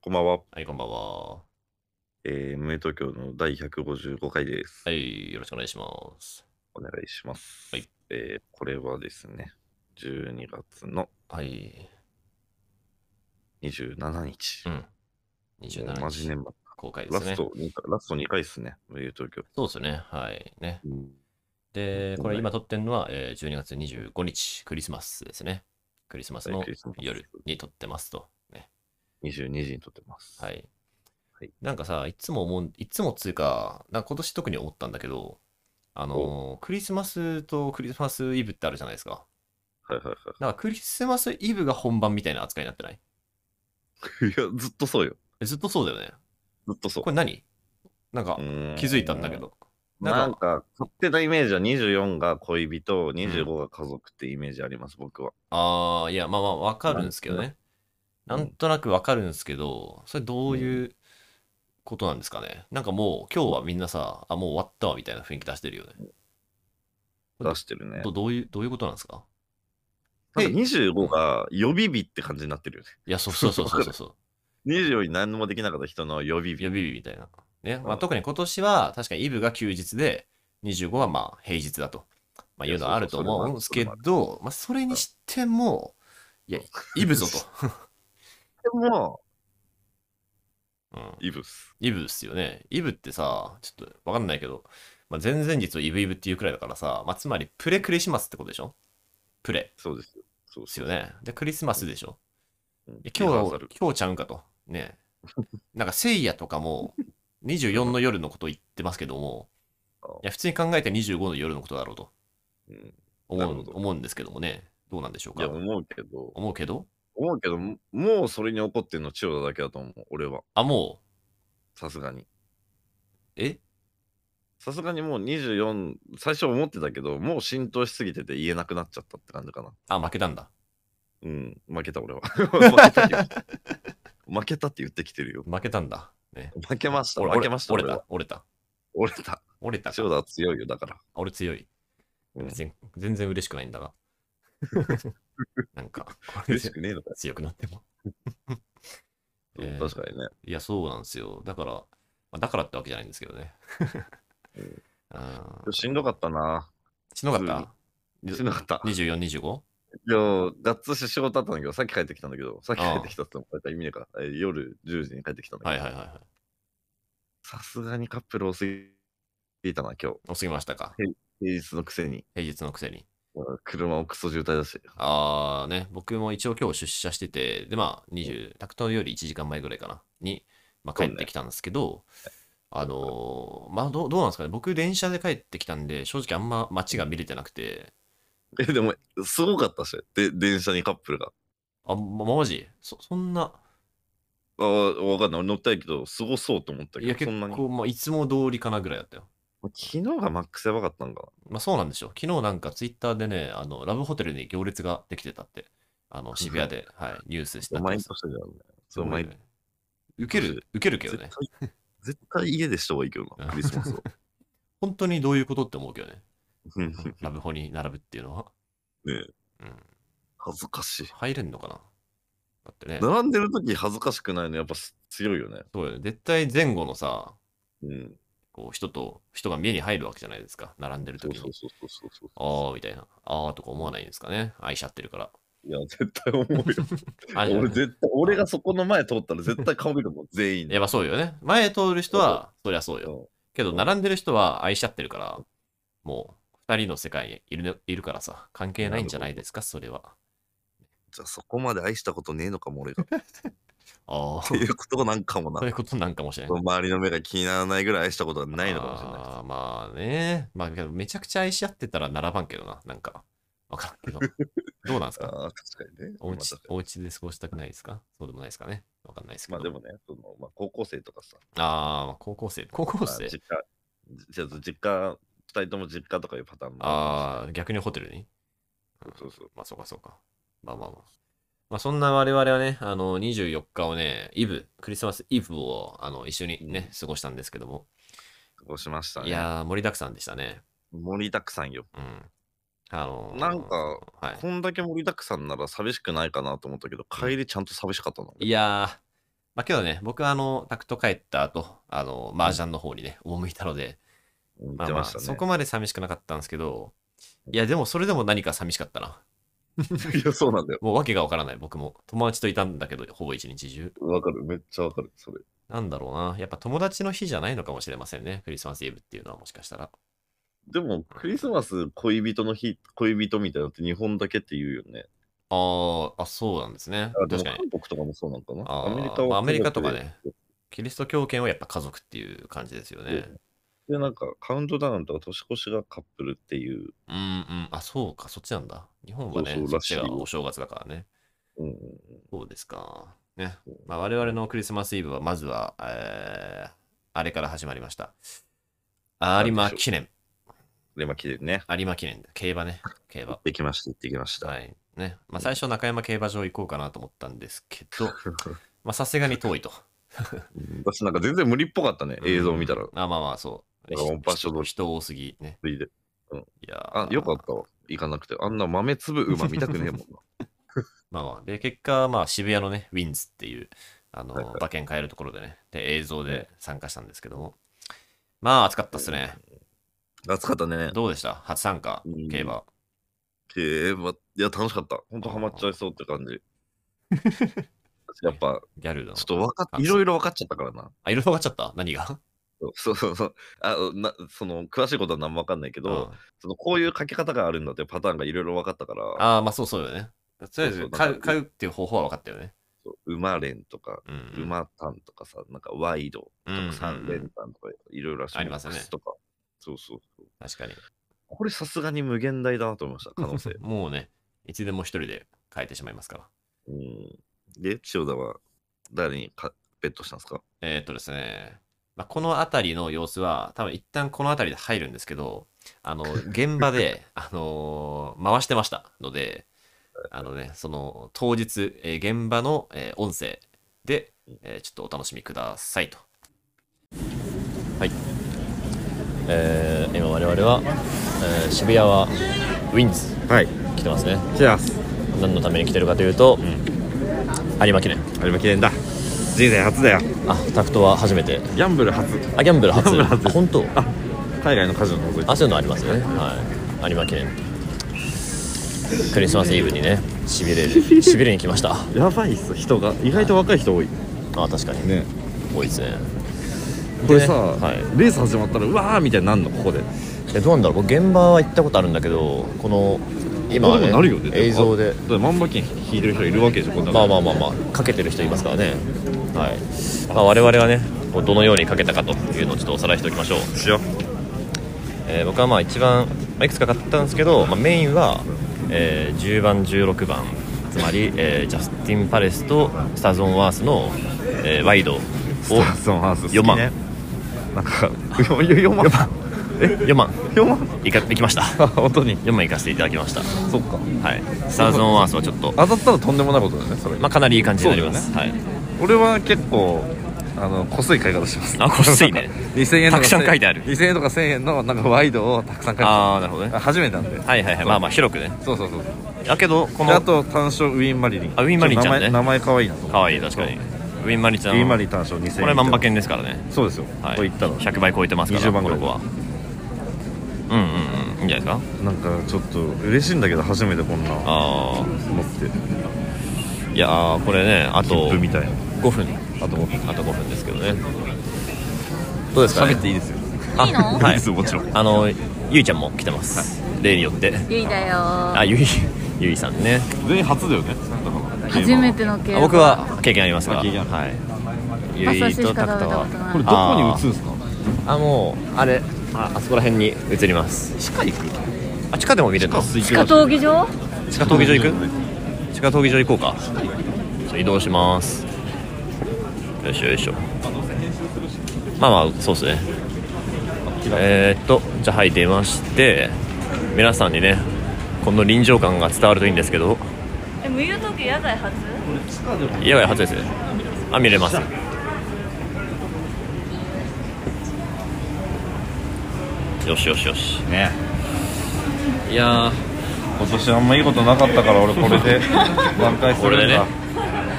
こんばんは。はい、こんばんは。はえー、無名東京の第155回です。い、よろしくお願いします。お願いします。はい。えー、これはですね、12月のはい。 27日。うん。もう27マジ日年末。公開でラすスね。ト2回、ラスト2回ですね、無名東京。そうですね。はい。ね。うんで、これ今撮ってるのは、えー12月25日、クリスマスですね。クリスマスはのいクリスマス夜に撮ってますと。ね。 22時に撮ってます。は。いはい。なんかさ、いつも思う、いつもっつうか、なんか今年特に思ったんだけど、あのー、クリスマスとクリスマスイブってあるじゃないですか。はいはいはなんかクリスマスイブが本番みたいな扱いになってないい。いや、ずっとそうよ。えずっとそうだよね。ずっとそうこ。れ何なんか、気づいたんだけどど。ななんんか、勝手なイメージは24が恋人、25が家族ってイメージあります、僕は。ああ、いや、まあまあ、わかるんですけどね。ななんとなくんとなくわかるんですけど、それどういうことなんですかね。なんかもう、今日はみんなさ、あ、もう終わったわみたいな雰囲気出してるよね。うん出してるね。どどういう、どういうことなんですかなんか25が予備日って感じになってるよね。いや、 そうそうそうそうそうそう。 24に何もできなかった人の予備予日。備日みたいな。ね。まうあ、ん特に今年は、確かにイブが休日で、25はまあ平日だと。まあ、いいやうのはあるとそうそう思うんですけど、まあ、それにしても、いや、イブぞ と。でも、うんイブっす。イブっすよね。イブってさ、ちょっとわかんないけど、まあ、前々日をイブイブっていうくらいだからさ、まあ、つまりプレクリスマスってことでしょプレそうですよ。そうでですすよね。で、クリスマスでしょ。うんいやリハ今ーサ日ル、今日ちゃうんかと。 ね。なんか、聖夜とかも、24の夜のこと言ってますけどもあ、いや、普通に考えて25の夜のことだろうとうんなる思ほうど思うんですけどもね。どうなんでしょういや、か。思うけど、思うけど、思うけど、ももうそれに怒ってんの千代田だけだと思う、俺は。あ、もさすがに。う、えさすがにもう24、最初思ってたけど、もう浸透しすぎてて言えなくなっちゃったって感じかな。あ、負けたんだ。うん、負けた俺は。 負けたって言 って負けたって言ってきてるよ。負けたんだ。ね。負けました、俺負けました。折れ俺たは、折折れた。れた。折れたか。千代田は強いよ、だから。俺強い。うん別に全然嬉しくないんだ が。なんか、嬉しくねえのかよ。強くなっ ても。えー確かにね。 いや、そうなんですよ。だから、まあだからってわけじゃないんですけどね。 あーしんどかったな。しのかったしんどかった。 ?24、25? 今日、がっつし仕事あったんだけど、さっき帰ってきたんだけど、さっき帰ってきたっても大体意味ねえから、えー夜10時に帰ってきたんだはいけはいど、はいはい。さすがにカップル多すぎたな、今日。遅すぎましたか平日のくせに、平日のくせに。うん車をクソ渋滞だし。ああね、僕も一応今日出社してて、でまあ20、タクトより1時間前ぐらいかな、に、まあ、そう帰ねってきたんですけど、あのーまあどうどうなんですかね、僕電車で帰ってきたんで、正直あんま街が見れてなくて、え、でも、すごかったし、で電車にカップルが。あ、ま、まじそ、そんな、あーわかんない、俺乗ったけど、すごそうと思ったけど、いや結そんなに。構、まあ、いつも通りかなぐらいだったよ。昨日がマックスやばかったんかまあそうなんでしょう。昨日なんかツイッターでね、あの、ラブホテルに行列ができてたって、あの、渋谷で、はい、ニュースしな。た毎年だよね。そう、毎年。受ける、受けるけど絶ね対。、絶対家でした方がいいけどうんな、クリスマ スを。本当にどういうことって思うけどね。うんラブホに並ぶっていうのは。ねえうん。恥ずかしい。入れんのかなだってね。並んでる時恥ずかしくないのやっぱ強いよね。そうよね。絶対前後のさ、うん。こう人と人が目に入るわけじゃないですか。並んでるそう時そうに。そうそうそうそうああ、みたいな。ああ、とか思わないんですかね。愛しちゃってるから。い や、絶対思うよ。あ俺絶対、俺がそこの前通ったら絶対顔見るもん、全員。やっぱそうよね。前通る人は、そりゃそうよ。けど、並んでる人は愛しちゃってるから、もう、二人の世界にいる,、いるからさ、関係ないんじゃないですか、それは。じゃあそこまで愛したことねえのかも、俺 が。っああ、て いうことなんかもな そうい。うことなんかもしれない。周りの目が気にならないぐらい愛したことがないのかもしれない。あーまあね。まあ、けどめちゃくちゃ愛し合ってたら並ばんけどな。なんか、わから んけど。どうなんですかああー、確かにね。おまあうち確かにお家で過ごしたくないですかそうでもないですかねわかんないですけまど。あでもね、そのまあ、高校生とかさ、あーまあ、高校生。高校ま生あ実家、じゃあ実家、二人とも実家とかいうパターンもあああ、逆にホテルにるしそうそうまあそうかそうか。まあまあまあ。まあそんな我々はね、あの24日をね、イブ、クリスマスイブをあの一緒にね、過ごしたんですけども、そう。こうしましたいね。やー、盛りだくさんでしたね。盛りだくさんよ。うん。あのーなんかはこんだけ盛りだくさんなら寂しくないかなと思ったけど、帰りちゃんと寂しかったの。い。いやまあけどね、僕はあの、タクト帰った後、あの、麻雀の方にね、赴いたので、言っまあてまあ、ましたね。そこまで寂しくなかったんですけど、いや、でもそれでも何か寂しかったな。いや、そうなんだよ。もう訳がわからない、僕も。友達といたんだけど、ほぼ一日中。わかる。めっちゃわかる。それ。なんだろうな。やっぱ友達の日じゃないのかもしれませんね。クリスマスイブっていうのはもしかしたら。でも、クリスマス恋人の日、恋人みたいなのって日本だけって言うよね。あーあ、そうなんですね。あでも確か韓に。国とかもそうなんかな。あアーメリカまあはアメリカとか家ね族で。キリスト教圏はやっぱ家族っていう感じですよね。で、なんかカウントダウンとか年越しがカップルっていう。うんうん。あ、そうか、そっちなんだ。日本はね、そうそうそっちらがしいよお正月だからね。うんうんそうですか。ねそう。まあ、我々のクリスマスイブは、まずは、えーあれから始まりました。有馬記念。うん。で、まあ、綺麗にね。有馬記念だ。競馬ね。競馬。できました、行ってきました。はい。ね。まあ、最初、中山競馬場行こうかなと思ったんですけ ど、まあ、さすがに遠いと。うん私なんか全然無理っぽかったね、映像見たらうん。あ、まあまあ、そう。だからもう場所ど人う人多すぎ。ね。ついでいやあ、ーよかったわ。行かなくて。あんな豆粒馬見たくねえもんな。まあまあ、で、結果、まあ、渋谷のね、ウィンズっていう、あの、はいはい馬券買えるところでね、で、映像で参加したんですけども、まあ、暑かったっすね。暑かったね。どうでした初参加うん、競馬。競馬、いや、楽しかった。ほんとハマっちゃいそうって感 じ。私やっぱ、ギャルのちょっ。と分かあっ、いろいろ分かっちゃったからな。あ、いろいろ分かっちゃった何がそうそうそう。あなその、詳しいことは何も分かんないけど、うんそのこういう書き方があるんだっていうパターンがいろいろ分かったから、ああ、まあ、そうそうよね。とりあえそうそずう買なう、んか買うっていう方法は分かったよね。そう馬連とか、うん。馬単とかさ、なんかワイドうとんうんうかん三連単とか、いろいろらしいありますよねボックスとか。そうそうそう。確かに。。これさすがに無限大だなと思いました、可能性 もうね、いつでも一人で変えてしまいますから。うん、で、千代田は誰にかベットしたんですかえーっとですね、まあ、この辺りの様子は、多分一旦この辺りで入るんですけど、あの、現場で、あのー回してましたので、あのね、その当日、えー現場の、えー音声で、えーちょっとお楽しみくださいと。はい。えー、今我々は、えー渋谷はウィンズはい、来てますね。来てます。何のために来てるかというと、有馬記念。有馬記念だ。人生初だよ。あ、タクトは初めて。ギャンブル初。あ、ギャンブルギ初。ャンブル初あ本当。海外のカジノのぞいて。あそういうのありますよねはい有馬記念クリスマスイブにねしびれる しびれに来ましたあやばいっす、人が。意外と若い人多い。確かにね。多いですねこれさ、はいレース始まったら、うわーみたいになんの、ここで。えどうなんだろう僕現場は行ったことあるんだけどこの今はこういねうのなるよね。も映像でだって万馬券引いてる人いるわけでしょ、こんなのまあまあまあまあかけてる人いますからねはい、まあ、我々はねこうどのようにかけたかというのをちょっとおさらいしておきましょうしよう。えー僕はまあ一番、まあいくつか買ったんですけど、まあ、メインは、えー10番16番つまり、えージャスティン・パレスとスターズ・オン・ワースの、えーワイドをスターズオンハウス好きね四万なんか、4万。 4万4万いかできましたあ、本当に。 4万いかせていただきました、そっか。はい、スターズ・オン・ワースはちょっと、当たったらとんでもないことだよね、それ。まあ、かなりいい感じになります、そうはい、俺は結構あのこすい買い方しますあこ すいね2000円とかたくさん書いてある2000円とか1000円のなんかワイドをたくさん書いてああなるほどねあ初めてなんでははいはいはいまあまあ広くねそうそうそうだけどこでのあと単勝ウィンマリリンあウィンマリンちゃんねちょっと名前名前かわいいなと思ってかわいい確かにウそうィン・マリちゃウィンマんリン単勝2000円これ万馬券ですからねそうですよ、はい、と言ったら100倍超えてますから20番ぐらいこの子はうんうんうんいいんじゃないですかなんかちょっと嬉しいんだけど初めてこんな持あってあいやーこれねあと切符み5たいな分あとあと5分ですけどねどうですかね喋っていいですよあいいのいいはでいすよもちろんあのゆいちゃんも来てます、例によってゆいだよあゆいゆいさんね全員初だよね初めての競あ馬僕は経験ありますがあ経験あるはい馬ゆ刺いししとか食べたタこクとタはなこれいどこに映すんですかあもうあれああそこら辺に移ります地下行くあ地下でも見れたの地地下闘技場地下闘技場行く地下闘技場行こうかじゃあ移動しますよいしょよいしょまあまあそうですねえー、っとじゃあはい出まして皆さんにねこの臨場感が伝わるといいんですけどえ無誘闘技野外初野外初ですねあ見れますよしよしよしねいや 今年あんまいいことなかったから俺これで挽回すこれるんでねだ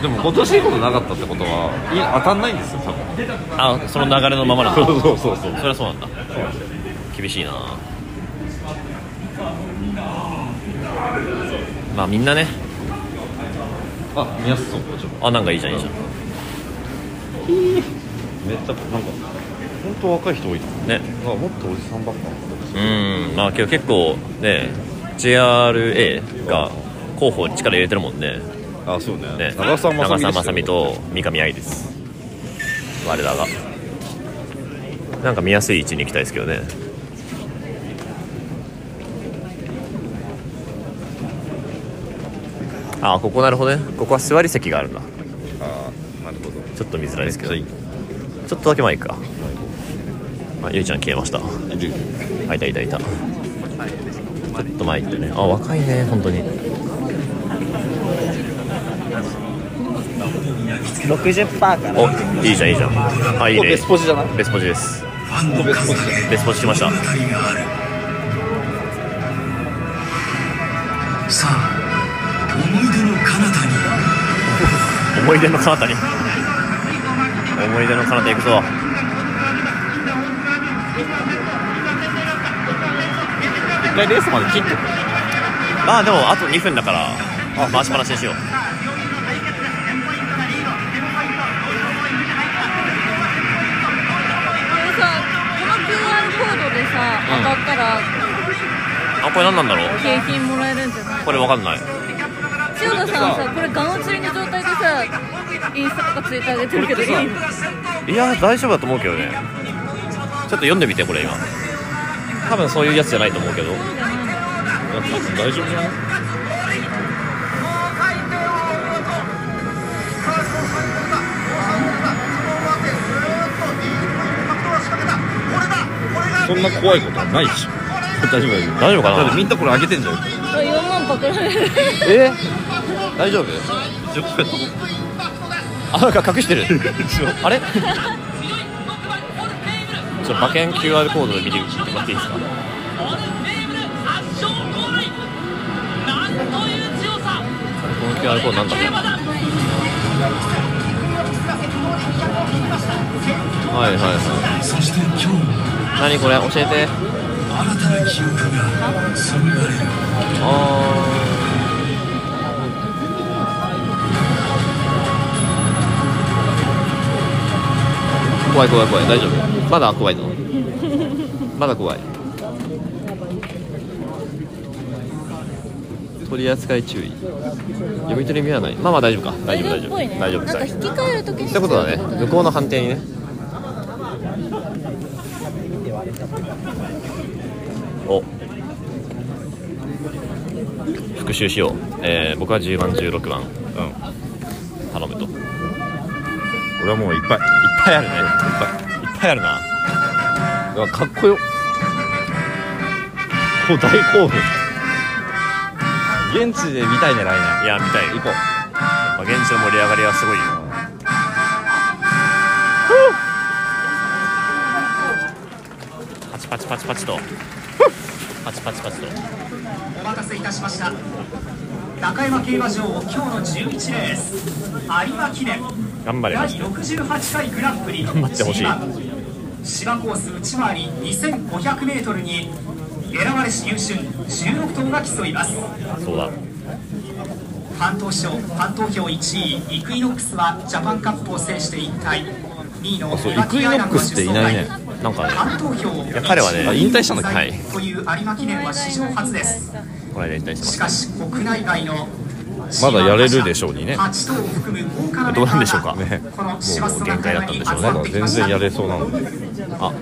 でも今年いいことなかったってことはい当たんないんですよ多分あその流れのままなんだそうそうそうそうそれはそうなんだ厳しいなまあみんなねあ見やすそうこっちもあなんかいいじゃんいいじゃめっちゃなんか本当若い人多いなんねんかもっとおじさんばっかなのかとう思ってんまあ今日結構ね JRA が候補に力入れてるもんねたあそうねね長澤まさみでしたよ長澤まさみと三上愛です我らがなんか見やすい位置に行きたいですけどねあここなるほどねここは座り席があるんあだーなるほどちょっと見づらいですけどめっちちょっとだけ前行くかあゆいちゃん消えましたゃいいいるあいたいたいたちょっと前行ってねあ若いね本当に60%パーかなおいいじゃんいいじゃんあいいねベスポジじゃないベスポジですベスポジしましたさあ思い出の彼方に思い出の彼方に思い出の彼方行くぞ一回レースまで切ってくまあでもあと2分だから回しっぱなしにしようさこの QR コードでさ当たったらあこれ何なんだろう景品もらえるんじゃないこれ分かんない千代田さんさこれガン釣りの状態でさインスタとかツイッター上げてるけどいいのいや大丈夫だと思うけどねちょっと読んでみてこれ今多分そういうやつじゃないと思うけど大丈夫じゃないそんな怖いことはないでしょ大丈夫大丈夫大丈夫かだってなみんなこれ上げてんじゃん4万パクられるえ大丈夫あなんか隠して るあれちょっと馬券 QR コードで見てもらっていいですかこの QR コードなんだっけはいはいはいそして今日何これ教えて新たな記憶が蘇るあー怖い怖い怖い大丈夫まだ怖いのまだ怖い取り扱い注意読み取り見はないまあまあ大丈夫か大丈夫大丈夫大丈夫なんか引き換える時にってことだね向こうの判定にねお復習しよう、えー、僕は10番16番うん頼むといっ俺はもういっぱいいっぱいあるねぱいいっぱいあるなうわかっこよこう大興奮現地で見たいね来いや見たい年行こうまあ現地の盛り上がりはすごいよパチパチパチパチとパチパチパチとお待たせいたしました中山競馬場今日の11レース有馬記念頑張れマ第ジで68回グランプリ張ってほしい C1 芝コース内回り 2500m に選ばれし優秀16頭が競いますそうだ関東賞ファン投票1位イクイノックスはジャパンカップを制して引退2位のそう岩木イクイノックスっていないねなんかねファン投票や彼はねあ引退したんだっけはいという有馬記念は史上初ですこの間引退してましすかし国内外のまだやれるでしょうにね8頭を含む豪華などうなんでしょうかねこの市バスもう限の中界だっ山たんにで集しょなんか全然うねまってきましやたれそうなのにあ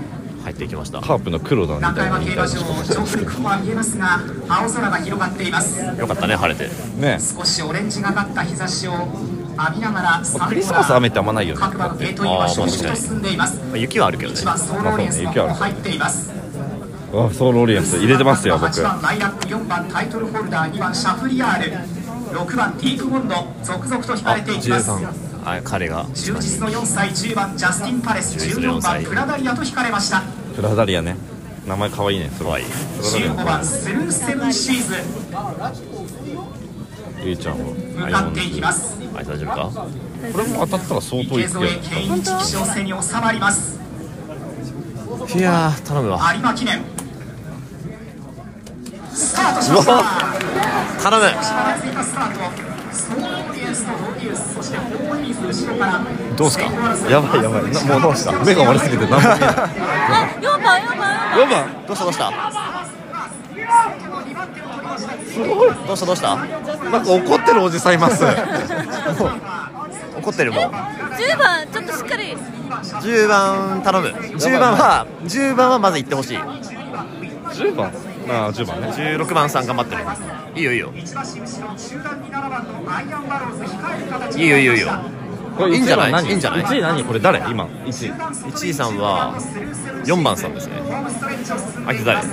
入っていきましたカープの黒田み中たいな山み競たい馬な場上空雲は見えますが青空が広がっていますよかったね晴れてね少しオレンジがかった日差しを浴びながらクリスマス雨ってあんまないよね各馬のゲートインは少しと進んでいますまあ雪はあるけどね一番ソーローレンスの方も入っていますあソーローリアンス入れてますよ僕8番ライラック4番タイトルホルダー2番シャフリヤール6番ディープボンド続々と引かあれていきます10番あ彼が充実の4歳10番ジャスティン・パレス充実14の4番歳プラダリアと引かれましたプラダリアね名前可愛いねすかごわいいい15番スルーセブンシーズゆいちゃんは向かっていきますあいつ大丈夫かこれも当たったら相当い池いって添やつ健一希少戦に収まりますいやー頼むわ有馬記念スタートしました頼む鹿島が追加スタート総オーディエンスとロディウスそしてホーンイース後ろからどうすかやばいやばいなもうどうした目が悪すぎて何も見えないあ、4番、4番、 4番どうしたどうしたどうしたどうしたなんか怒ってるおじさんいます怒ってるもう10番、ちょっとしっかり。 10番頼む10番は10番はまず行ってほしい10番ああ10番ね16番さん頑張ってるいいよいいよ一番後ろ中段に7番のアイアンバローズ控える形いいよいいよいいよこいいんじゃない一番何いいんじゃない1位何これ誰今1位1位さんは4番さんですねあいつ誰買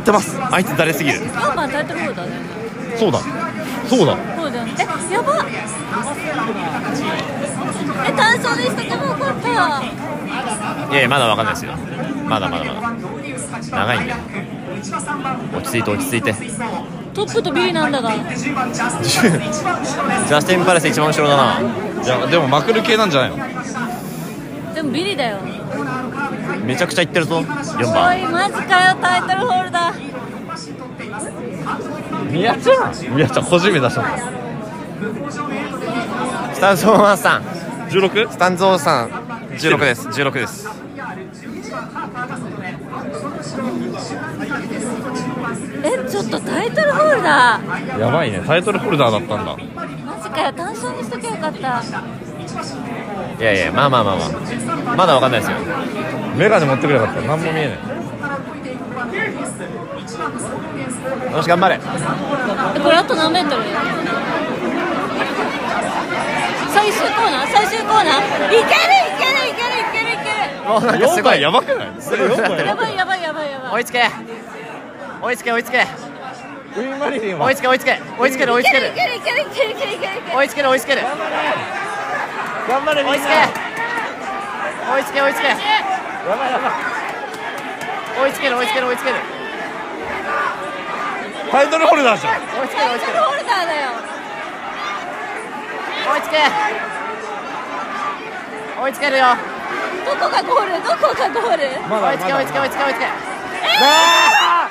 ってますあいつ誰すぎる4番、タイトルホルダーね。そうだそうだそうだよね。え、やばえ、単勝でしたかもよかっいた。やいやまだわかんないですよまだまだまだ長いんで落ち着いて落ち着いてジトップとビリなんだが。ャスティン・パレス一番後ろだないやでもまくる系なんじゃないのでもビリだよ。めちゃくちゃ行ってるぞ4お番い、マジかよ、タイトルホルダー。宮ちゃん宮ちゃん個人名出したのスタンゾーマンさん 16? スタンゾーさん16です16ですえ、ちょっとタイトルホルダー。やばいねタイトルホルダーだったんだマジかよ、単勝にしときゃよかった。いやいやまあまあまあまあまだわかんないですよメガネ持ってくれなかった何も見えないよし頑張れえこれあと何メートル最終コーナー最終コーナーいけるいけるいけるいけるいけもうなんかす4ご番いやばくないすごい4るやば番いやばいやばいやば追いいつけ追いつけ追いつウけィン・マリリン追いつけ追いつけ追いつける追いいつけけるるいけるいけるいけるいけるいけるいける追いつける追いつける頑張れみん追いつけ追いつけ追いつけやばいやばい追いつける追いつける追いつけるタイトルホルダーじゃん追いつける追タいつイトけルるホルダーだよ追いつけ追いつけるよどこがゴールどこがゴールま追いつけ追いつけ追いつけ追いつけあ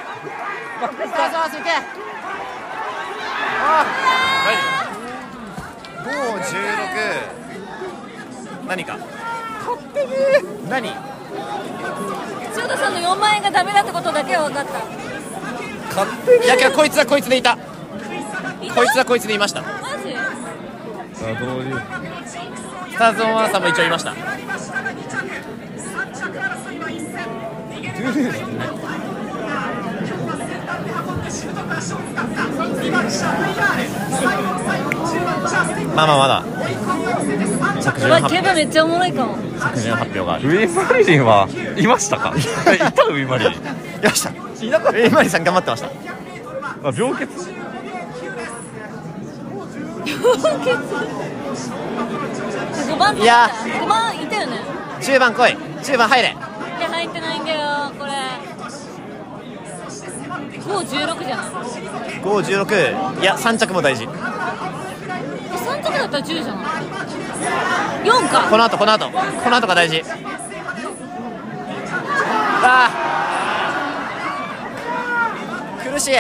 ースタンゾーマンさん行け五十六何か何翔太さんの4万円がダメだってことだけは分かったいやいやこいつはこいつでいたこいつはこいつでいましたマジあどういうスターズオンワンさんも一応いましたまあまあまだ着や順ばい発ケブめっちゃおもろいかも着順発表があるウィン・マリリンはいましたかいたウィン・マリリンよっしゃいなかったえマリさん頑張ってましたあ病欠5番いや5番いたよね10番来い10番入れいや入ってないんだよこれ516じゃない516いや3着も大事こえ三着だったら10じゃない4かの後この後この後が大事あー苦しい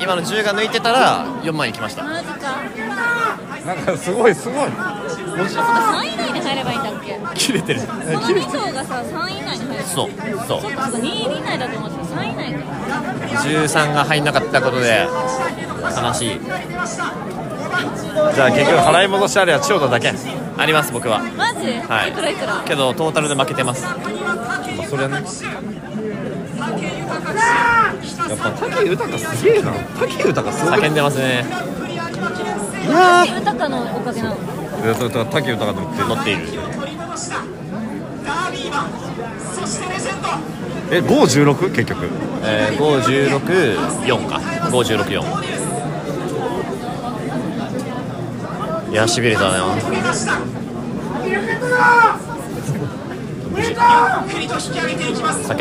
今の10が抜いてたら4枚いきましたマジかなんかすごいすごいあそっか3位以内に入ればいいんだっけ切れてるその2頭がさ3位以内に入るそうそうそっかそっか2位以内だと思ってた3位以内か13が入んなかったことで悲しいじゃあ結局払い戻しあれは千代田だけあります僕はマジ、はいい、くらいくらけどトータルで負けてますそれねやっぱ武豊すげえな武豊すごい叫んでますね武豊のおかげなのえそれと武豊が乗ってる乗っているえ516結局えー、5164か5164いやしびれたな叫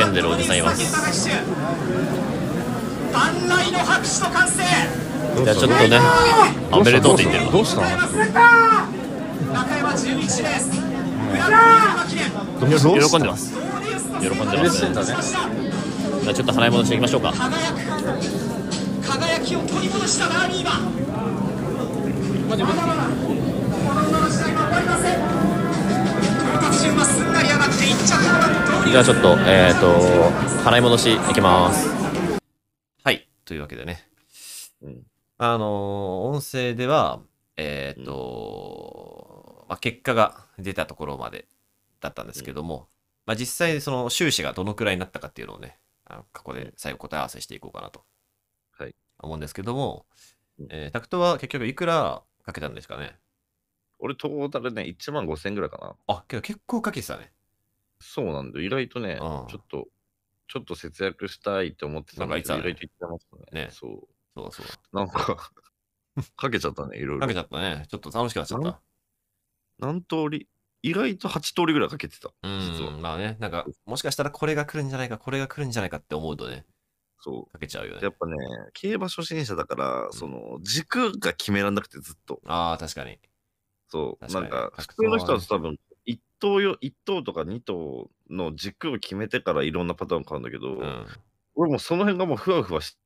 んでるおじさんいます万来の拍手と歓声じゃあちょっとね、あおめでとうって言ってるわ。どうした中山11ですどうした喜んでます。喜んでます、ね。じゃあちょっと払い戻していきましょうか。輝く輝きを取り戻したラリーはまだまだこの馬の時代は終わりません到達順はすんなり上がって一着はどうにじゃあちょっと、えっ、と、払い戻しいきます。はい。というわけでね。うんあのー音声では、えっ、と、まあ、結果が出たところまでだったんですけども、まあ、実際その収支がどのくらいになったかっていうのをね、あの過去で最後答え合わせしていこうかなと、はい、思うんですけどもうん、えータクトは結局いくらかけたんですかね俺、トータルね、1万5000ぐらいかな。あ、けど結構かけてたね。そうなんだよ。意外とね、ちうょんっと、ちょっと節約したいって思ってたんだけど、なん意か外いと言ってましたね。ねそそうそう。う。なんか、かけちゃったね、いろいろかけ。ちゃったね。ちょっと楽しくなっちゃった。何通り意外と8通りぐらいかけてた。実はうん、まあね、なんか、もしかしたらこれが来るんじゃないか、これが来るんじゃないかって思うとね、そかけちゃうよう。やねっ。ぱね、競馬初心者だから、その、軸が決めらんなくてずっと。ああ、確かに。そう。確なかんにか、普格通闘のはね人は多分、1頭よ、一頭とか2頭の軸を決めてからいろんなパターン買うんだけど、うん。はい俺もうその辺がもうふわふわし,、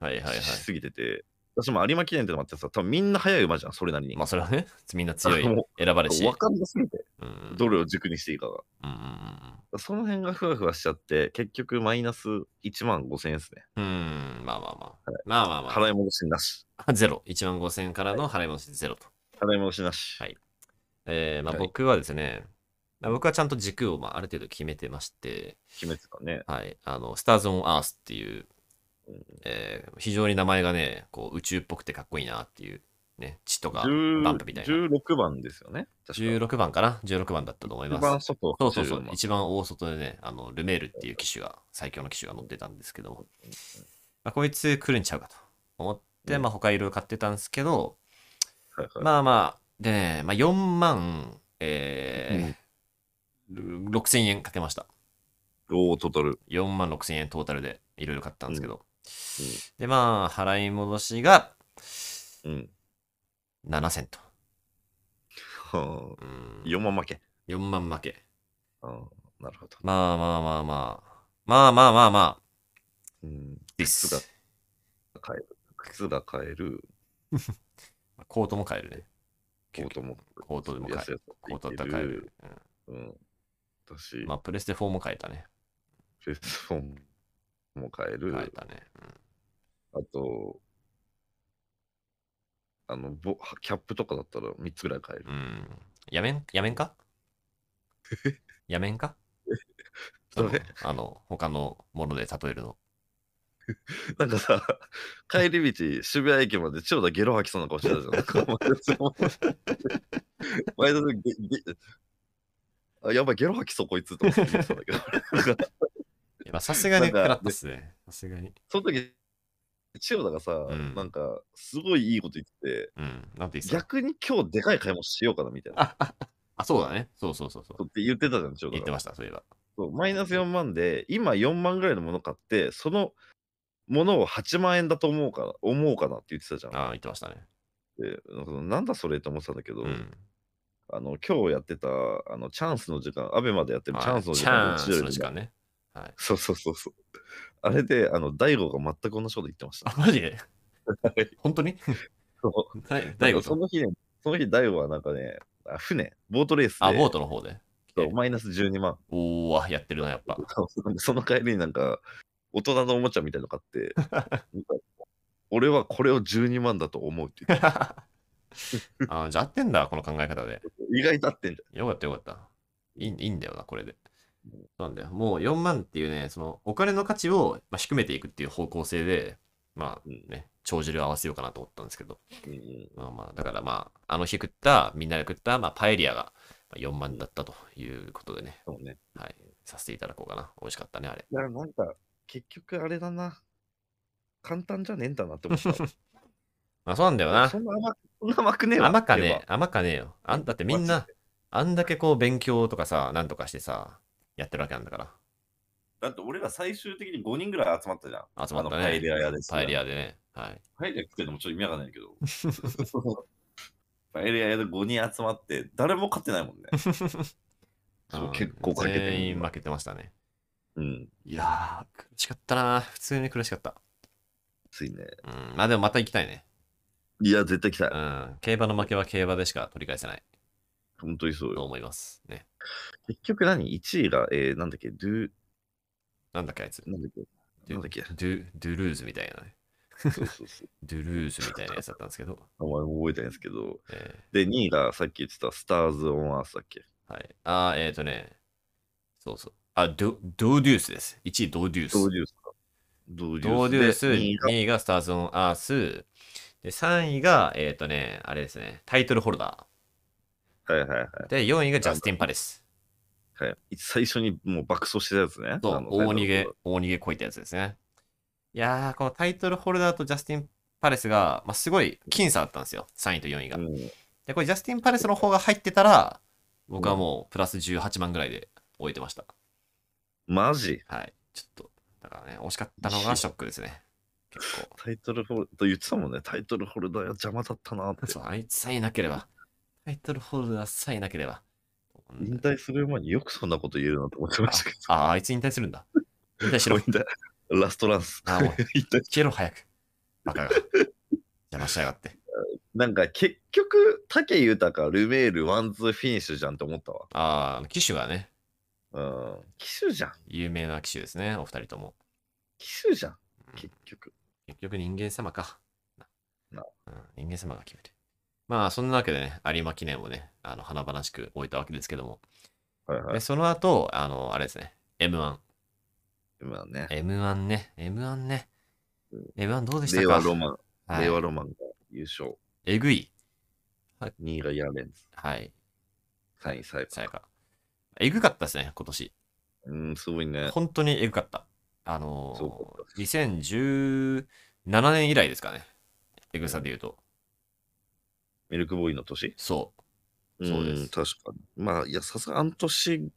はいはい。すぎてて、私も有馬記念ってのもあってさ、多分みんな早い馬じゃん、それなりに。まあ、それはね、みんな強いも、選ばれし。分かんなすぎて、うんうんどれを軸にしていいかが。うんその辺がふわふわしちゃって、結局マイナス1万5000円ですね。うんうん。うん、まあまあまあ。まあまあま払い戻しなし。あ。 ゼロ。1万5千からの払い戻しゼロと。払い戻しなし。はいえー、まあはい僕はですね、まあ僕はちゃんと軸をまあある程度決めてまして、決めてたね。はい、あの、スターズ・オン・アースっていう、えー非常に名前がね、こう宇宙っぽくてかっこいいなっていう、ね、地とか10バンプみたいな。 16番ですよね。確か16番かな ?16 番だったと思い一ま番す。外。そうそうそ10う。番一番大外でね、あの、ルメールっていう機種が、最強の機種が乗ってたんですけども、まあ、こいつ来るんちゃうかと思って、まあ他いろいろ買ってたんですけど、はいはいまあまあ、でね、まあ4万、えー、6000円かけました。おお、トータル。 4万6000円トータルでいろいろ買ったんですけど、でまあ払い戻しがうん。 7000と、はあうん、 4万負け。 4万負けうんなるほど。まあまあまあまあまあまあまあまあうん。でがす買える。靴が買える。コートも買えるねコートも。コートでも買えるコートだったら買える。、うん。私、うんまあプレステ4も買えたねフェスフォンも買える。買えたね、あと、あのボ、キャップとかだったら3つぐらい買えるうん、う。ん、やめんやめ んかやめんかそれあのあの他のもので例えるの なんかさ、帰り道、渋谷駅まで千代田ゲロ吐きそうな顔してたじゃん。なんかお前その前田さん、ゲゲあやばい、ゲロ吐きそう、こいつと思って見てたん だけど。なんかいやまあさすがになんか食らったっすねさすがにその時、千代田がさ、んなんか、すごいいいこと言って、うんなんて言っててた逆に今日でかい買い物しようかなみたいな。あそうだねそうそうそうそうことって言ってたじゃん、千代田が。言ってました、そういえば。そうマイナス4万で、今4万ぐらいのもの買って、そのものを8万円だと思うかな、思うかなって言ってたじゃん。ああ、言ってましたね。でなんかそのなんだそれって思ってたんだけど、うん。あの今日やってたあのチャンスの時間、アベまでやってるチャンスの時チ間、ャうンちスよりのも時間ね。はい。そうそうそうそう。あれで、あの、大悟が全く同じこと言ってましたあ、。マジで本当にそはい大悟そと。の日ね、その日大悟はなんかね、あ船、ボートレースで、あ、ボートの方で。そうマイナス12万。おおあ、やってるな、やっぱ。 その帰りになんか、大人のおもちゃみたいなの買 って、なんか俺はこれを12万だと思うって言ってあーじゃあ合ってんだ、この考え方で。意外と合ってんじよかった、よかった。いいいいんだよな、これで。そうなんだよ。もう4万っていうね、そのお金の価値を、まあ、低めていくっていう方向性で、まあね、帳尻を合わせようかなと思ったんですけど。ゃん。うんまあまあ、だからまあ、あの日食った、みんなで食った、まあ、パエリアがまあ4万だったということでね、そうね。はい、させていただこうかな。美味しかったね、あれ。だからなんか、結局あれだな。簡単じゃねえんだなって 思った。まあ、そうなんだよなそ。んな甘くそんな甘くねえわ。甘かねえ。甘かねえよ。あんだってみんマな、あんだけこう勉強とかさ、なんとかしてさ、やってるわけなんだから。だって俺ら最終的に5人ぐらい集まったじゃん。集まあったね。のパエリア屋ですねパエリアでね。はい。パエリア食ってんのもちょっと意味わかんないけど。 パエリアやる5人集まって、誰も勝ってないもん ね。そううん結構かけてる全員負けてましたね。うん。いやー、苦しかったな普通に苦しかった。ついね。うん。まあでもまた行きたいね。いや、絶対来たうい。ん。競馬の負けは競馬でしか取り返せない本当にそうとよ。思います。ね。結局何 ?1 位が、えー、なんだっけ、ドゥ、なんだっけあいつ。なんだっけ、なんだっけ。ドゥ、ドゥルーズみたいなね。そうそうそう。ドゥルーズみたいなやつだったんですけど。名前も覚えてないんですけど。えで、2位がさっき言ってたスターズ・オン・アースだっけ。ーはい。あー、えっ、ー、とね。そうそう。あ、ド、ドデュースです。1位ドデュース。ドーデュースか。ドーデドーデュース、で二位が2位がスターズ・オン・アース、で、3位が、えっ、とね、あれですね、タイトルホルダはいはいはい。ー。で、4位がジャスティン・パレス。はい、最初にもう爆走してたやつね。そあうの、大逃げ、大逃げこいたやつですね。いやー、このタイトルホルダーとジャスティン・パレスが、まあ、すごい僅差だったんですよ、3位と4位が。うんで、これジャスティン・パレスの方が入ってたら、僕はもうプラス18万ぐらいで終えてました。マジはい。ちょっと、だからね、惜しかったのがショックですね。結構。タイトルホルダー言ってたもんね。タイトルホルダーが邪魔だったなってそ。う、あいつさえなければ、タイトルホルダーさえなければ。引退する前によくそんなこと言えるなと思ってましたけああ、あいつ引退するん だ。引退しど。ろもう。引退ラストラン ス。ああ、もう、引退消えろ、早く。バカが。邪魔しやがって。なんか結局、武豊、ルメール、ワンツーフィニッシュじゃんって思ったわ。ああ、騎手がね、うん。騎手じゃん。有名な騎手ですね、お二人とも。騎手じゃん。結局。結局人間様か。ななうん、人間様が決める。まあ、そんなわけでね、有馬記念をね、あの、華々しく終えたわけですけども。はいはでい。その後、あの、あれですね、M1。まあね。 M1 ね、M1 ね。M1 どうでした令和かロマン、はい令和ロマンが優勝。えぐい。 2位がヤーレンズ、はい。 3位サイさバやか。えぐかったですね、今年。うん、すごいね。本当にえぐかった。あのーそうだっ2017年以来ですかね。えぐさで言うと。ミルクボーイの年そそうですん確かに。まあ、いや、さすがあの年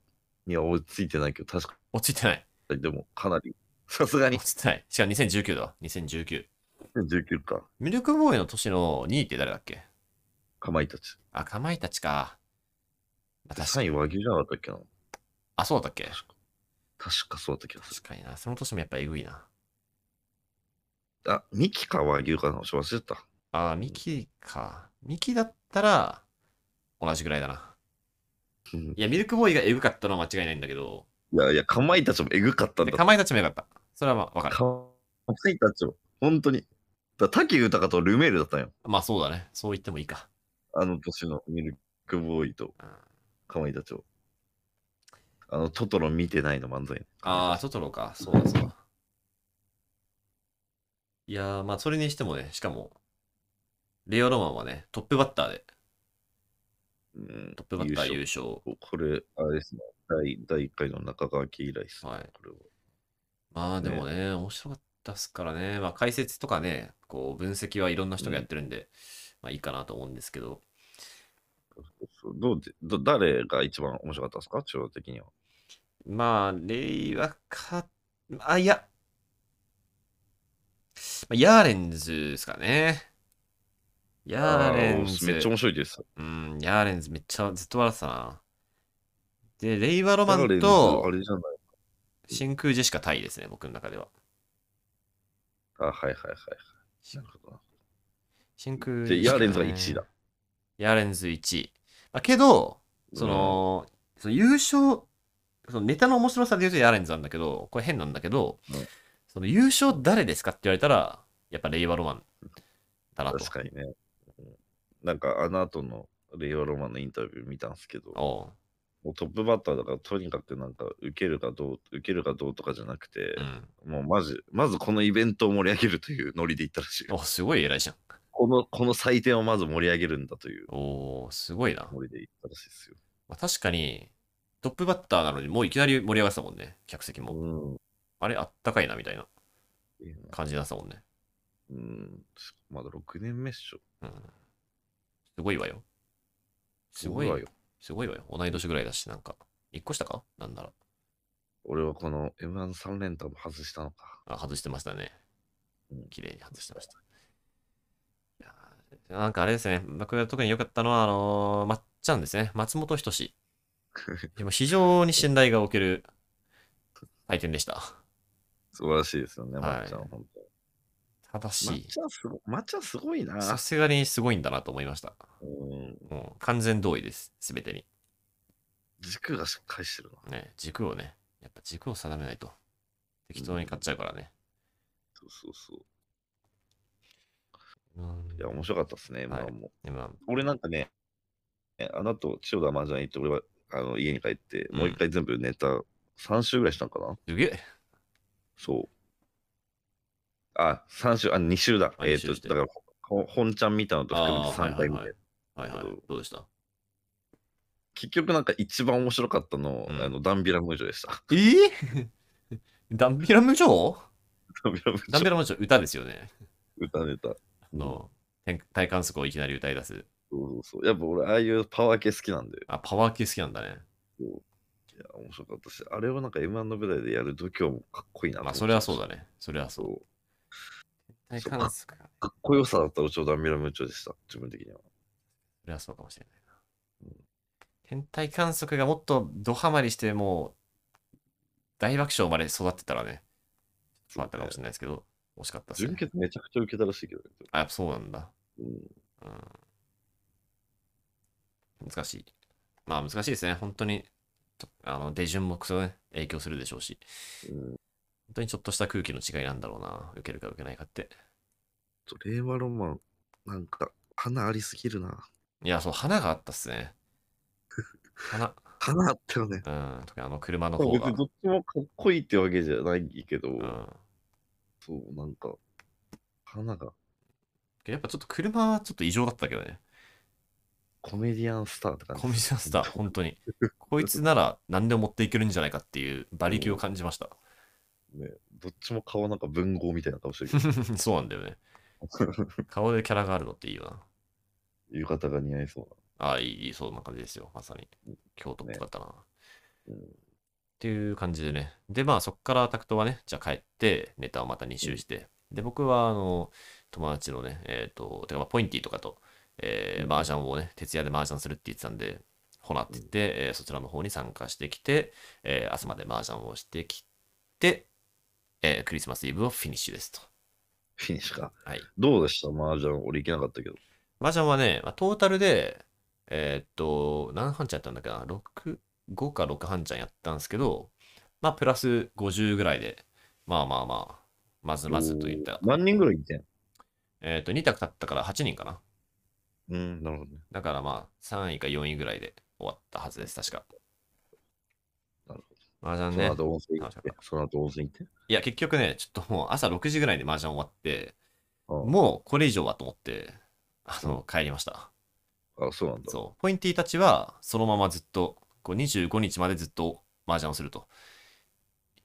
には追いついてないけど、確かう。落ちてない。に。でも、かなり。さすがに落。ちてない。しかも2019だわ。2019。 19か。ミルクボーイの年の2位って誰だっけかまいたち。あ、かまいたちか。まあ、確か3位和牛じゃなかったっけな。あ、そうだったっけ確かそうだった気がす確かにな。その年もやっぱえぐいな。る。あ、ミキか和牛かな。ちょっと忘れてた。あー、ミキか。ミキだったら、同じぐらいだな。うんいや、ミルクボーイがえぐかったのは間違いないんだけど、いやいや、かまいたちもえぐかったんでだ。かまいたちもよかった。それはまあわかる。かまいたちも、本当に。だ滝豊とルメールだったんよ。まあそうだね。そう言ってもいいか。あの年のミルクボーイとうんかまいたちを。あの、トトロ見てないの漫才。ああ、トトロか。そうだそうだ。いやー、まあ、それにしてもね、しかも、レオロマンはね、トップバッターで、うん、トップバッター優優勝。勝。これ、あれですね。第第1回の中川家以来ですね。はいこれはまあ、でもね面白かったっすからね。まあ、解説とかね、こう、分析はいろんな人がやってるんで、まあ、いいかなと思うんですけど、そうどうでど誰が一番面白かったですか長老的には。まあ、レイはか、あ、いや、まあ、ヤーレンズですかね。ヤーレンあーズ。めっちゃ面白いです。うん、ヤーレンズめっちゃずっと笑ってたな。で、レイワロマヤーレンンズあとれじゃない。真空ジェシカタイですね、僕の中では。あ、はいはいはいはい。なるほどな。真空で、ヤーレンズが1位だ。。ヤーレンズ1位。まあ、けど、その、その優勝、そのネタの面白さで言うとヤーレンズなんだけど、これ変なんだけど、うんその優勝誰ですかって言われたら、やっぱレイワロマンだなと。確かにね。うんなんか、あの後のレイオロマンのインタビュー見たんですけど、おうもうトップバッターだから、とにかくなんか、受けるかどう、受けるかどうとかじゃなくてう、ん。もうまず、まずこのイベントを盛り上げるというノリで行ったらしいよ。お、すごい偉いじゃん。この、この祭典をまず盛り上げるんだというおー、すごいな。ノリで行ったらしいですよ。まあ、確かに、トップバッターなのに、もういきなり盛り上がってたもんね、客席も。うん。あれ、あったかいな、みたいないいな感じだったもんね。うん。まだ6年目っしょ。うん。すごいわよ。すごいわよ。。すごいわよ。同い年ぐらいだし、なんか、一個下かなんだろ俺はこの M13 連単も外したのか。 あ、外してましたねうん。綺麗に外してました。なんかあれですね、僕が特に良かったのは、あのーまっちゃんですね、松本人志。でも非常に信頼がおける体験でした。素晴らしいですよね、はいまっちゃん、本当に正しまっい。ちゃんすごまっちゃんすごいな。さすがにすごいんだなと思いました。うん、もう完全同意です、すべてに。軸がしっかりしてるな。ね、軸をね、やっぱ軸を定めないと。適当に買っちゃうからね。そうそうそう。うんいや、面白かったですね、まあはいもう。でもまあ俺なんかね、えあの後、千代田麻雀行って、俺はあの家に帰って、うんもう一回全部ネタ3週ぐらいしたんかな、すげえ。そう。あ、3週、あ、2週だ。あえ二っ、週しと、てだから、ほ本ちゃん見たのと含めあてー3回見て、はいはいはい。どうでした結局なんか一番面白かったの、うんあのダンビラムージョでした。 えぇ ダンビラムジョーダンビラムージダンョビラムジョー歌ですよね。歌ネタ。あの、天体観測をいきなり歌い出す。そうそうそう。やっぱ俺、ああいうパワー系好きなんで、あ、パワー系好きなんだね。いや、面白かったし、あれをなんか M1 の舞台でやる度胸もかっこいいなと思っまあ、てそれはそうだね。それはそう。そう。天そう体観測か。かっこよさだったら、ちょうどダンビラムージョでした、自分的には。それはそうかもしれないな。天体観測がもっとドハマりして、もう、大爆笑まで育ってたらね、まああったかもしれないですけど、惜しかったです純ね。潔めちゃくちゃ受けたらしいけどね。あ、やっぱそうなんだ。うんうん。難しい。まあ難しいですね。本当に、ちょあの、手順もくそね、影響するでしょうし。うん本当にちょっとした空気の違いなんだろうな。受けるか受けないかって。と令和ロマン、なんか、花ありすぎるな。いや、そう、花があったっすね。花。花あったよね。うん。特にあの車の別方が。にどっちもかっこいいってわけじゃないけど、うん。そう、なんか、花がやっぱちょっと車はちょっと異常だったけどね。コメディアンスターって感じ。コミュニティスター、本当に。こいつなら何でも持っていけるんじゃないかっていう馬力を感じました。 ね、どっちも顔なんか文豪みたいな顔してる けそうなんだよね。ど、顔でキャラがあるのっていいよな。浴衣が似合いそうああ、いいいい、そんな感じですよ。まさに。京都っぽかったな。な。うんっていう感じでね。で、まあそっからタクトはね、じゃあ帰って、ネタをまた2周して。で、僕は、あの、友達のね、えっ、と、てかまあポインティとかと、えー、麻雀をね、徹夜で麻雀するって言ってたんで、ほなって言って、えーそちらの方に参加してきて、えー朝まで麻雀をしてきて、えークリスマスイブをフィニッシュですと。フィニッシュか。はい。どうでした麻雀俺行けなかったけど。麻雀はね、まあ、トータルで、えーっと、何半ちゃんやったんだっけな、6、5か6半ちゃんやったんですけど、まあ、プラス50ぐらいで、まあまあまあ、まずまずといった。何人ぐらい行ってんえーっと、2択経ったから8人かな。うん、なるほどね。だからまあ、3位か4位ぐらいで終わったはずです、確か。なる麻雀そねの。後温泉行って楽しかっ、その後温泉行って。いや、結局ね、ちょっともう朝6時ぐらいで麻雀終わって、うんもうこれ以上はと思って、あの、帰りました。あ、そうなんだ。そう、ポインティーたちはそのままずっと、こう25日までずっと麻雀をすると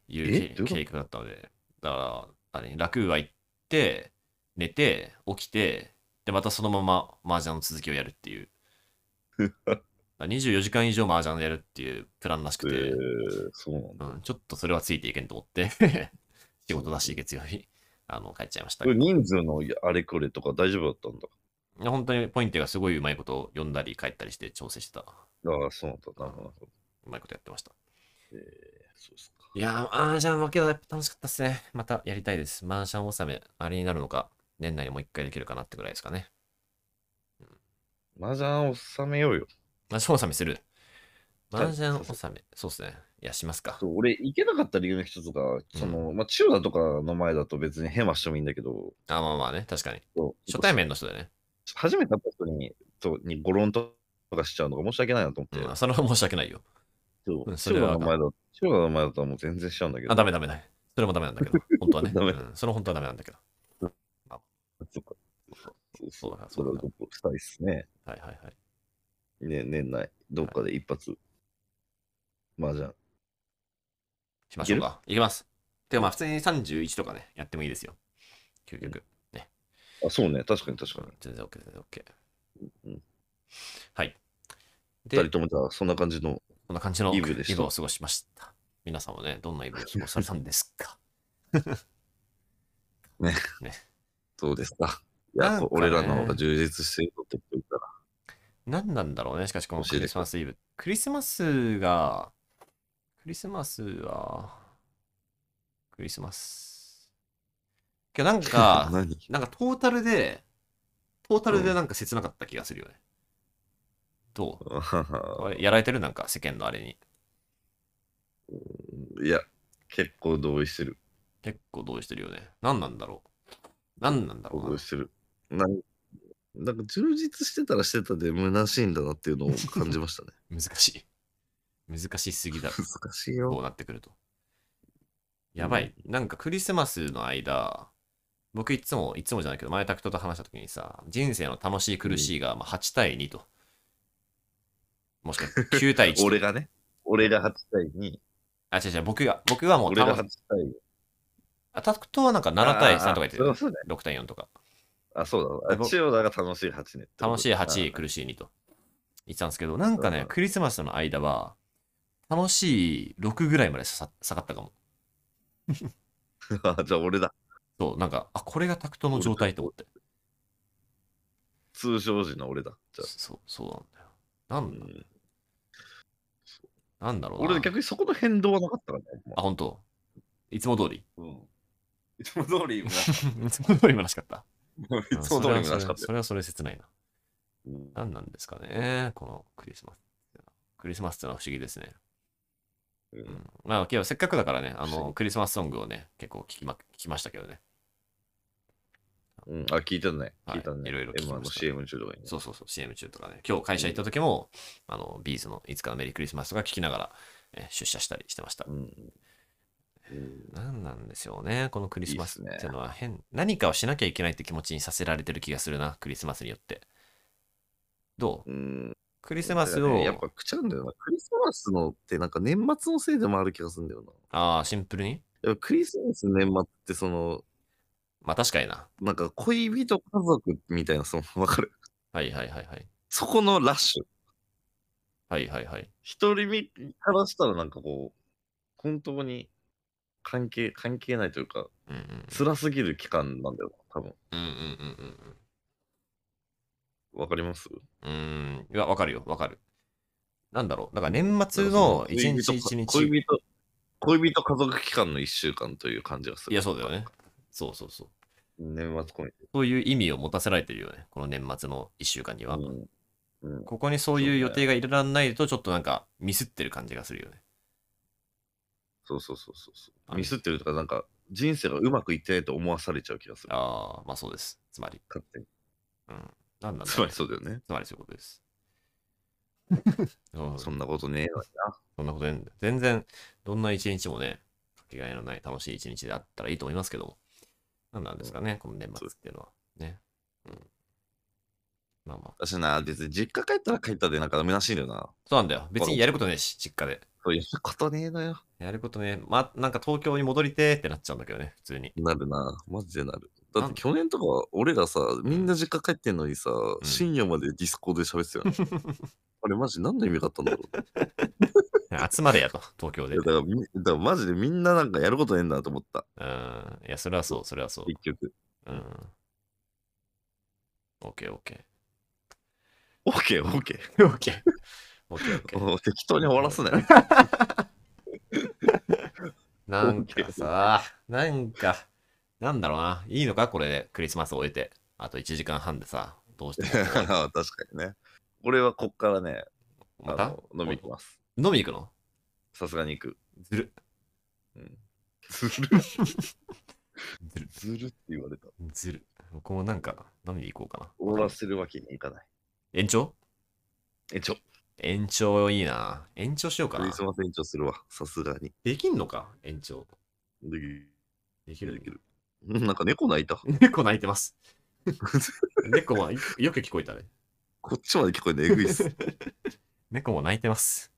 いえうけどういうこと計画だったので、だから、あれ、楽は行って、寝て、起きて、で、またそのまま麻雀の続きをやるっていう。 だから24時間以上麻雀をやるっていうプランらしくて、えー、そうなんだ。うん、ちょっとそれはついていけんと思って、 仕事だし、月曜日、あの帰っちゃいましたこけれど。人数のあれこれとか大丈夫だったんだ。いや本当にポインティーがすごいうまいことを読んだり帰ったりして調整してた。ああ、そうなんだ。なるほどなるほど。うまいことやってました。そうっすか。いやー、麻雀はけどやっぱ楽しかったっすね。またやりたいです。麻雀納め、あれになるのか、年内にもう一回できるかなってぐらいですかね。麻雀を収めようよ。麻雀納めする。はい麻雀納め、そうっすね。いや、しますかそ。う俺、行けなかった理由の一つが、その、まあ、千代田とかの前だと別にヘマしてもいいんだけど、あ、まあまあね、確かに。そう初対面の人でね。初めて会った人に、とにゴロンとかしちゃうのが申し訳ないなと思って、うん、それは申し訳ないよ。そううんそ千れ代は田の前だ千代田の前だともう全然しちゃうんだけど。あ、ダメダメだ。それもダメなん だけど。本当はね。ダメうん、それ本当はダメなんだけど。そっか。そうそそううだ。それはどこしたいっすね。はいはいはい。ね、年内、どっかで一発。麻雀。しましょうか。いきます。てかまあ、普通に31とかね、やってもいいですよ。究極。あ、そうね。確かに確かに。全然 OK、全然 OK。うんはい。で二人ともじゃあ、そんな感じのこんな感じのイイブでしたブを過ごしました。皆さんもね、どんなイブを過ご されたんですかどうですかや、なんかね俺らの方が充実してるとって言ったら。何なんだろうね、しかしこの教クえて、リスマスイブ。クリスマスが、クリスマスは、クリスマス。けどなんか 何なんかトータルで、トータルでなんか切なかった気がするよね。どうあれやられてるなんか世間のあれに。いや、結構同意してる。結構同意してるよね。何なんだろう何なんだろう同な意してる。なんなんか充実してたらしてたで虚しいんだなっていうのを感じま したね。難しい。難しすぎだろ。難しいこよ。うなってくると。やばい。なんかクリスマスの間、僕いつも、いつもじゃないけど、前タクトと話した時にさ、人生の楽しい苦しいがまあ8対2と。もしくは9対1と。俺 がね、俺が8対2、あ、違う違う、僕が、僕はもう俺たが8ま、対あタクトはなんか7対3とか言ってあーる。あーそうだね。 6対4とか。あ、そうだ。あ千代田が楽しい8ね。楽しい8、 8苦しい2と言ってたんですけど、なんかうねん、クリスマスの間は、楽しい6ぐらいまでさ下がったかも。 じゃあ俺だ。そう、なんか、あ、これがタクトの状態と思って。通称時の俺だ。じゃそう、そうなんだよ。なんだ、うんなんだろあうな。俺逆にそこの変動はなかったからね。まあ、本当。いつも通り。あうんいつも通り、も いつも通りもなしかった。ういつも通りもなしかったようんそれはそれそれはそれ切ないな。うん何なんですかね、このクリスマスっていうのは。クリスマスってのは不思議ですね。うんうん、まあ、今日せっかくだからね、あ不思の、クリスマスソングをね、結構聞きま聞きましたけどね。うん、あ、聞いたね。はい聞いたね。いろいろ聞き M1 まのした CM 中とかにね。そうそうそう、CM 中とかね。今日会社行った時も、あの、ビーズのいつかのメリークリスマスとか聞きながら、えー出社したりしてました。うん。何なんでしょうね、このクリスマいスいっすねっていうのは変。何かをしなきゃいけないって気持ちにさせられてる気がするな、クリスマスによって。どううん。クリスマスだからを、ねやっぱくちゃうんだよな。クリスマスのってなんか年末のせいでもある気がするんだよああ、シンプルにな。やっぱクリスマス年末ってその、まあ確かにな。なんか恋人家族みたいな、その、わかるはいはいはいはい。そこのラッシュ。はいはいはい。一人見からしたらなんかこう、本当に関係、関係ないというか、うんうん。辛すぎる期間なんだよな、多分。うんうんうんうんうん。わかりますうーん。いや、わかるよ、わかる。なんだろう。だから年末の一恋人日一日。恋人、恋人家族期間の一週間という感じがする。いや、そうだよね。そうそうそう。年末コミそういう意味を持たせられてるよね。この年末の一週間には。うんうんここにそういう予定が入れられないと、ちょっとなんかミスってる感じがするよね。そうそうそうそうそあう。ミスってるとか、なんか人生がうまくいってないと思わされちゃう気がする。ああ、まあそうです。つまり、勝手に。なんなんだつまろうりそうだよね。つまりそういうこ とです。うんそんなことねえのにな。そんなことね全然、どんな一日もね、かけがえのない楽しい一日であったらいいと思いますけども。なんなんですかね、この年末っていうのは。ね。うん。まあまあ。私な、別に実家帰ったら帰ったで、なんかダメらしいんだよな。そうなんだよ。別にやることねえし、実家で。そういうことねえのよ。やることねえ。まあ、なんか東京に戻りてーってなっちゃうんだけどね、普通に。 なるな。マジでなる。だなっんて去年とか、俺らさ、みんな実家帰ってんのにさ、深夜までディスコードで喋ってたよ、ね。 あれマジ何の意味があったんだろう。集まれやと、東京で。いうやだからみ、だからマジでみんななんかやることねえんだなと思った。ん。いや、それはそう、それはそう。結局。うん。OK, OK. オッケー、オッケ OK. ー。OK, OK. もう適当に終わらす ね。なん かさ、なんか、なんだろうな。いいのかこれでクリスマスを終えて。あと1時間半でさ、どうし て確も。かにね。俺はこっからね、またあの飲み行きます。飲み行くのさすがに行く。ずる。うんずる。ずる。ずるって言われた。ずる。僕もなんか飲みに行こうか終わなら。せるわけにいかない。延長延長。延長いいな。延長しようかクなリス。マス延長するわ。さすがに。できんのか延長。できる。できるできる。うんなんか猫鳴い た。猫鳴いてます。猫はよく聞こえたね。こっちまで聞こえてえぐいっす。猫も泣いてます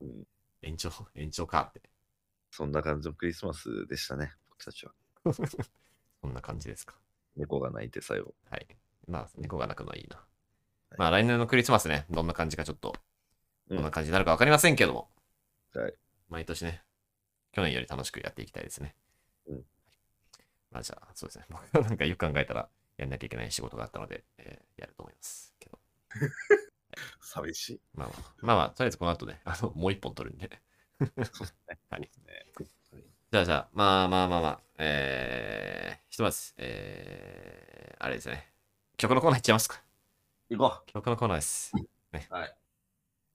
うん。延長、延長かって。 そんな感じのクリスマスでしたね。僕たちは。そんな感じですか。猫が鳴いて最後。はい。まあ、猫が泣くのはいいな。まあ、来年のクリスマスね、どんな感じかちょっと、うどんんな感じになるかわかりませんけども、はい毎年ね、去年より楽しくやっていきたいですね。うんまあ、じゃあ、そうですね。僕はなんかよく考えたら、やんなきゃいけない仕事があったので、えーやると思いますけど。寂しい。まあまあ、まあまあ、とりあえずこの後ね、あの、もう一本取るんで。はい。じゃあじゃあ、まあまあまあまあ、えー、ひとまず、えー、あれですね。曲のコーナーいっちゃいますか。行こう。曲のコーナーです。ね、はい。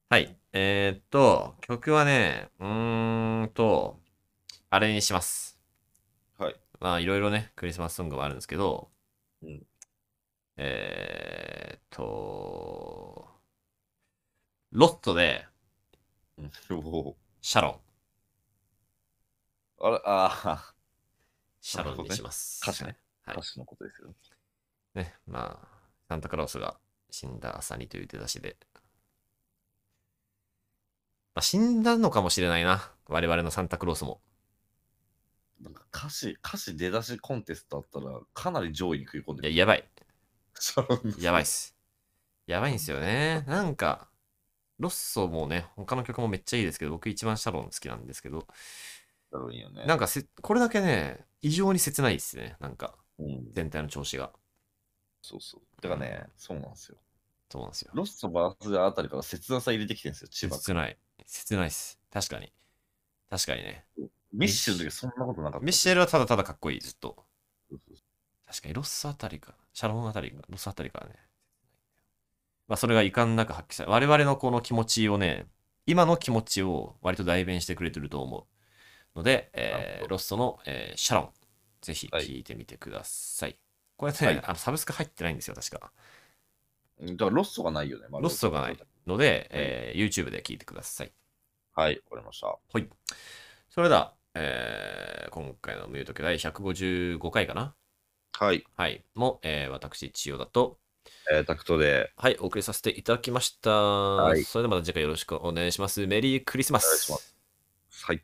はい。えー、っと、曲はね、うーんと、あれにします。はい。まあ、いろいろね、クリスマスソングもあるんですけど、うんえー、っと、ロットで、うんおシャロン。ーあれ、あシャロンにします。なるほどねあ、はい歌詞のことですよ。ね、まあ、サンタクロースが死んだ朝にという出だしで。まあ、死んだのかもしれないな。我々のサンタクロースも。なんか歌詞、歌詞出だしコンテストあったら、かなり上位に食い込んいや、でやばい。る。やばいっす。やばいんですよね。なんか、ロッソもね、他の曲もめっちゃいいですけど、僕一番シャロン好きなんですけど、だろうよね。なんかせ、これだけね、異常に切ないっすね。なんか、うん、全体の調子が。そうそう。だからね、そうなんですよ。そうなんですよ。ロスとバースあたりから切なさ入れてきてるんですよ、千葉切ない。切ないっす。確かに。確かにね。ミッシュの時そんなことなかった。ミッシェルはただただかっこいい、ずっと。そうそうそ確かにロスあたりか、シャロンあたりか、ロスあたりからね。まあ、それが遺憾なく発揮され、我々のこの気持ちをね、今の気持ちを割と代弁してくれてると思うので、なるえほーロストの、えーシャロン、ぜひはい聞いてみてください。これね、はいあのサブスク入ってないんですよ、確か。ううんだからロストがないよね、まだロストがない。ので、えー YouTube で聞いてください。はい、わかりました。それでは、えー今回のミュート曲第155回かなはい、はい。も、えー私、千代田と、えー、タクトではい、お送りさせていただきました。いそれではまた次回よろしくお願いします。メリークリスマお願いしスま。はい。